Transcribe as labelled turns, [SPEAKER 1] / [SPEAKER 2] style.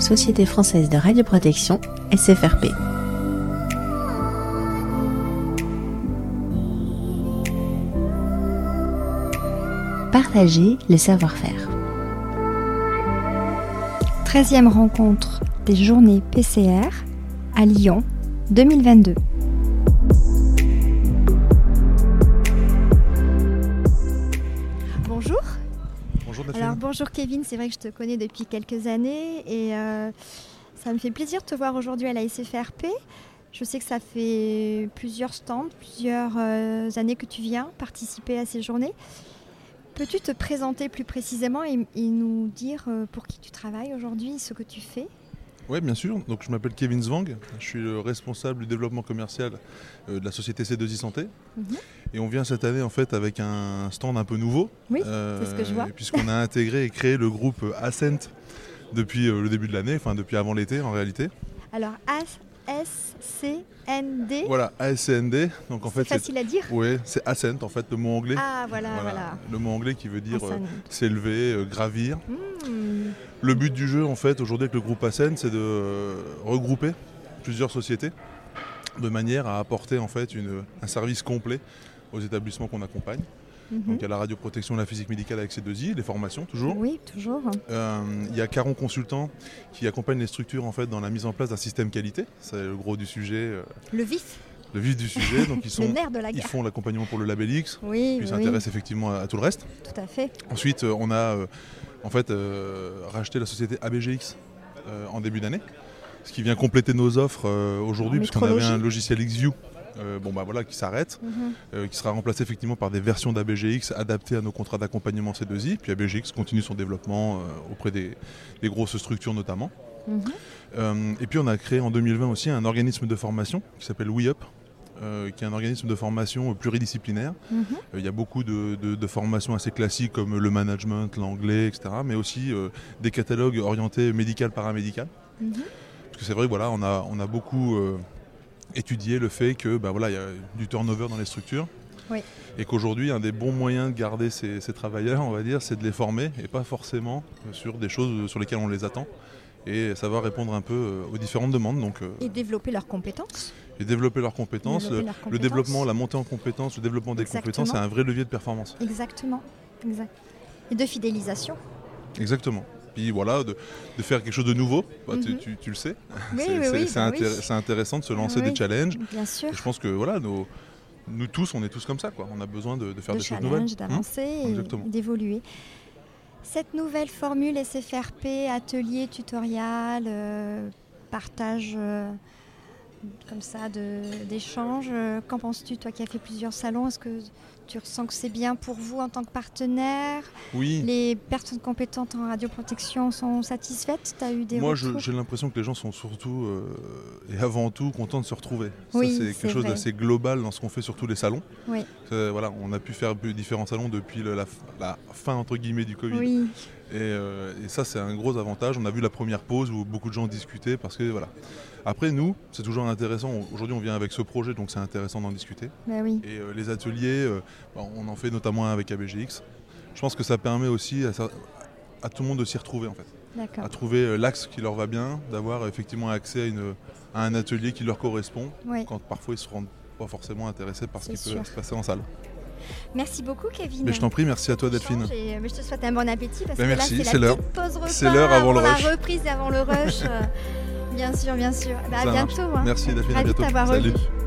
[SPEAKER 1] Société française de radioprotection, SFRP. Partager le savoir-faire.
[SPEAKER 2] 13e rencontre des journées PCR à Lyon 2022. Bonjour.
[SPEAKER 3] Bonjour Delphine.
[SPEAKER 2] Alors bonjour Kevin, c'est vrai que je te connais depuis quelques années et euh, ça me fait plaisir de te voir aujourd'hui à la SFRP. Je sais que ça fait plusieurs stands, plusieurs euh, années que tu viens participer à ces journées. Peux-tu te présenter plus précisément et, et nous dire euh, pour qui tu travailles aujourd'hui, ce que tu fais
[SPEAKER 3] Oui, bien sûr. Donc, je m'appelle Kevin Zwang. Je suis le responsable du développement commercial euh, de la société C2I Santé.
[SPEAKER 2] Mhm.
[SPEAKER 3] Et on vient cette année en fait avec un stand un peu nouveau.
[SPEAKER 2] Oui,
[SPEAKER 3] Euh,
[SPEAKER 2] c'est ce que je vois.
[SPEAKER 3] Puisqu'on a intégré et créé le groupe euh, Ascent depuis euh, le début de l'année, enfin depuis avant l'été en réalité.
[SPEAKER 2] Alors A- S C N D,
[SPEAKER 3] Voilà, ASCND. Donc en fait,
[SPEAKER 2] c'est facile à dire.
[SPEAKER 3] ouais, c'est Ascent en fait le mot anglais.
[SPEAKER 2] Ah voilà voilà.
[SPEAKER 3] Le mot anglais qui veut dire
[SPEAKER 2] Ah, ça
[SPEAKER 3] euh, Mmh.
[SPEAKER 2] nous-
[SPEAKER 3] s'élever, euh, gravir.
[SPEAKER 2] Hmm.
[SPEAKER 3] Le but du jeu, en fait, aujourd'hui avec le groupe Asen, c'est de euh, regrouper plusieurs sociétés de manière à apporter en fait une- un service complet aux établissements qu'on accompagne.
[SPEAKER 2] Mhm.
[SPEAKER 3] Donc il y a la radioprotection, la physique médicale avec ces deux i les formations toujours.
[SPEAKER 2] Oui, toujours.
[SPEAKER 3] Euh, il y a Caron Consultant qui accompagne les structures en fait dans la mise en place d'un système qualité. C'est le gros du sujet, euh,
[SPEAKER 2] Le vif,
[SPEAKER 3] le vif du sujet. Donc ils,
[SPEAKER 2] le
[SPEAKER 3] sont,
[SPEAKER 2] nerf de la
[SPEAKER 3] ils
[SPEAKER 2] guerre.
[SPEAKER 3] font l'accompagnement pour le label X,
[SPEAKER 2] Oui,
[SPEAKER 3] puis
[SPEAKER 2] oui, oui,
[SPEAKER 3] s'intéressent effectivement à- à tout le reste.
[SPEAKER 2] tout à fait.
[SPEAKER 3] Ensuite, euh, on a euh, en fait euh, racheté la société ABGX euh, en début d'année, ce qui vient compléter nos offres euh, aujourd'hui
[SPEAKER 2] En
[SPEAKER 3] puisqu'on avait un
[SPEAKER 2] métrologie.
[SPEAKER 3] logiciel XView. euh, bon bah voilà qui s'arrête,
[SPEAKER 2] Mhm.
[SPEAKER 3] euh, qui sera remplacé effectivement par des versions d'ABGX adaptées à nos contrats d'accompagnement C2I. Puis ABGX continue son développement euh, auprès des, des grosses structures notamment.
[SPEAKER 2] Mhm.
[SPEAKER 3] Euh, et puis on a créé en 2020 aussi un organisme de formation qui s'appelle WeUp, euh, qui est un organisme de formation euh, pluridisciplinaire
[SPEAKER 2] Mhm.
[SPEAKER 3] euh, Il y a beaucoup de, de- de formations assez classiques comme le management, l'anglais, etc. Mais aussi euh, des catalogues orientés médical-paramédical.
[SPEAKER 2] Mhm.
[SPEAKER 3] Parce que c'est vrai, voilà, on a, on a beaucoup euh, étudié le fait que bah, voilà, il y a du turnover dans les structures.
[SPEAKER 2] Oui.
[SPEAKER 3] Et qu'aujourd'hui, un des bons moyens de garder ces, ces travailleurs, on va dire, c'est de les former et pas forcément euh, sur des choses sur lesquelles on les attend. Et ça va répondre un peu euh, aux différentes demandes. Donc, euh,
[SPEAKER 4] et développer leurs compétences.
[SPEAKER 3] et développer leurs compétences.
[SPEAKER 2] Développer
[SPEAKER 3] le-
[SPEAKER 2] leurs
[SPEAKER 3] le
[SPEAKER 2] compétences.
[SPEAKER 3] développement, la montée en compétences, le développement des
[SPEAKER 2] Exactement.
[SPEAKER 3] compétences, c'est un vrai levier de performance.
[SPEAKER 2] Exactement. Exact. Et de fidélisation.
[SPEAKER 3] Exactement. Puis voilà, de, de faire quelque chose de nouveau, bah, tu,
[SPEAKER 2] Mhm.
[SPEAKER 3] tu- tu le sais.
[SPEAKER 2] Oui,
[SPEAKER 3] c'est
[SPEAKER 2] oui,
[SPEAKER 3] c'est-
[SPEAKER 2] oui,
[SPEAKER 3] c'est
[SPEAKER 2] bah oui. Ah
[SPEAKER 3] intér- c'est intéressant de se lancer
[SPEAKER 2] oui. Ah.
[SPEAKER 3] des challenges.
[SPEAKER 2] Bien sûr.
[SPEAKER 3] Et je pense que voilà, nos- nous tous, on est tous comme ça. Quoi. On a besoin de, de faire
[SPEAKER 2] de
[SPEAKER 3] des choses nouvelles. Hein
[SPEAKER 2] challenge, d'avancer et
[SPEAKER 3] Exactement.
[SPEAKER 2] d'évoluer. Cette nouvelle formule SFRP, atelier, tutoriel, euh, partage euh, comme ça de- d'échanges, euh, qu'en penses-tu, toi qui as fait plusieurs salons Est-ce que tu ressens que c'est bien pour vous en tant que partenaire
[SPEAKER 3] Hein Oui.
[SPEAKER 2] Les personnes compétentes en radioprotection sont satisfaites Tu as eu des
[SPEAKER 3] Moi, je-
[SPEAKER 2] retours
[SPEAKER 3] j'ai l'impression que les gens sont surtout euh, et avant tout contents de se retrouver.
[SPEAKER 2] Oui,
[SPEAKER 3] ça, c'est
[SPEAKER 2] c'est
[SPEAKER 3] quelque chose
[SPEAKER 2] vrai.
[SPEAKER 3] d'assez global dans ce qu'on fait sur tous les salons.
[SPEAKER 2] Oui.
[SPEAKER 3] Euh, voilà, on a pu faire bu- différents salons depuis le- la, f- la fin entre guillemets du Covid.
[SPEAKER 2] Oui,
[SPEAKER 3] Et, euh, et ça, c'est un gros avantage. On a vu la première pause où beaucoup de gens discutaient parce que voilà. Après, nous, c'est toujours intéressant. On- Aujourd'hui, on vient avec ce projet, donc c'est intéressant d'en discuter.
[SPEAKER 2] bah oui.
[SPEAKER 3] Et euh, les ateliers, euh, bah, on en fait notamment un avec ABGX. Je pense que ça permet aussi à, ça- à tout le monde de s'y retrouver en fait, à
[SPEAKER 2] D'accord.
[SPEAKER 3] trouver euh, l'axe qui leur va bien, d'avoir effectivement accès à, une- à un atelier qui leur correspond
[SPEAKER 2] Oui.
[SPEAKER 3] quand parfois ils se rendent pas forcément intéressés par ce qui
[SPEAKER 2] C'est
[SPEAKER 3] peut
[SPEAKER 2] sûr.
[SPEAKER 3] se passer en salle.
[SPEAKER 2] Merci beaucoup, Kevin.
[SPEAKER 3] Mais je t'en prie, merci à toi Delphine.
[SPEAKER 2] échange et, euh, mais je te souhaite un bon appétit parce
[SPEAKER 3] Ben
[SPEAKER 2] que
[SPEAKER 3] merci,
[SPEAKER 2] là
[SPEAKER 3] c'est
[SPEAKER 2] c'est la
[SPEAKER 3] l'heure.
[SPEAKER 2] petite pause repas.
[SPEAKER 3] C'est l'heure avant le
[SPEAKER 2] la
[SPEAKER 3] rush.
[SPEAKER 2] reprise et avant le rush. euh, bien sûr, bien sûr. Bah,
[SPEAKER 3] Ça
[SPEAKER 2] à
[SPEAKER 3] marche.
[SPEAKER 2] bientôt. hein.
[SPEAKER 3] Merci Delphine, à
[SPEAKER 2] Ravi de
[SPEAKER 3] bientôt.
[SPEAKER 2] t'avoir revu.
[SPEAKER 3] Salut.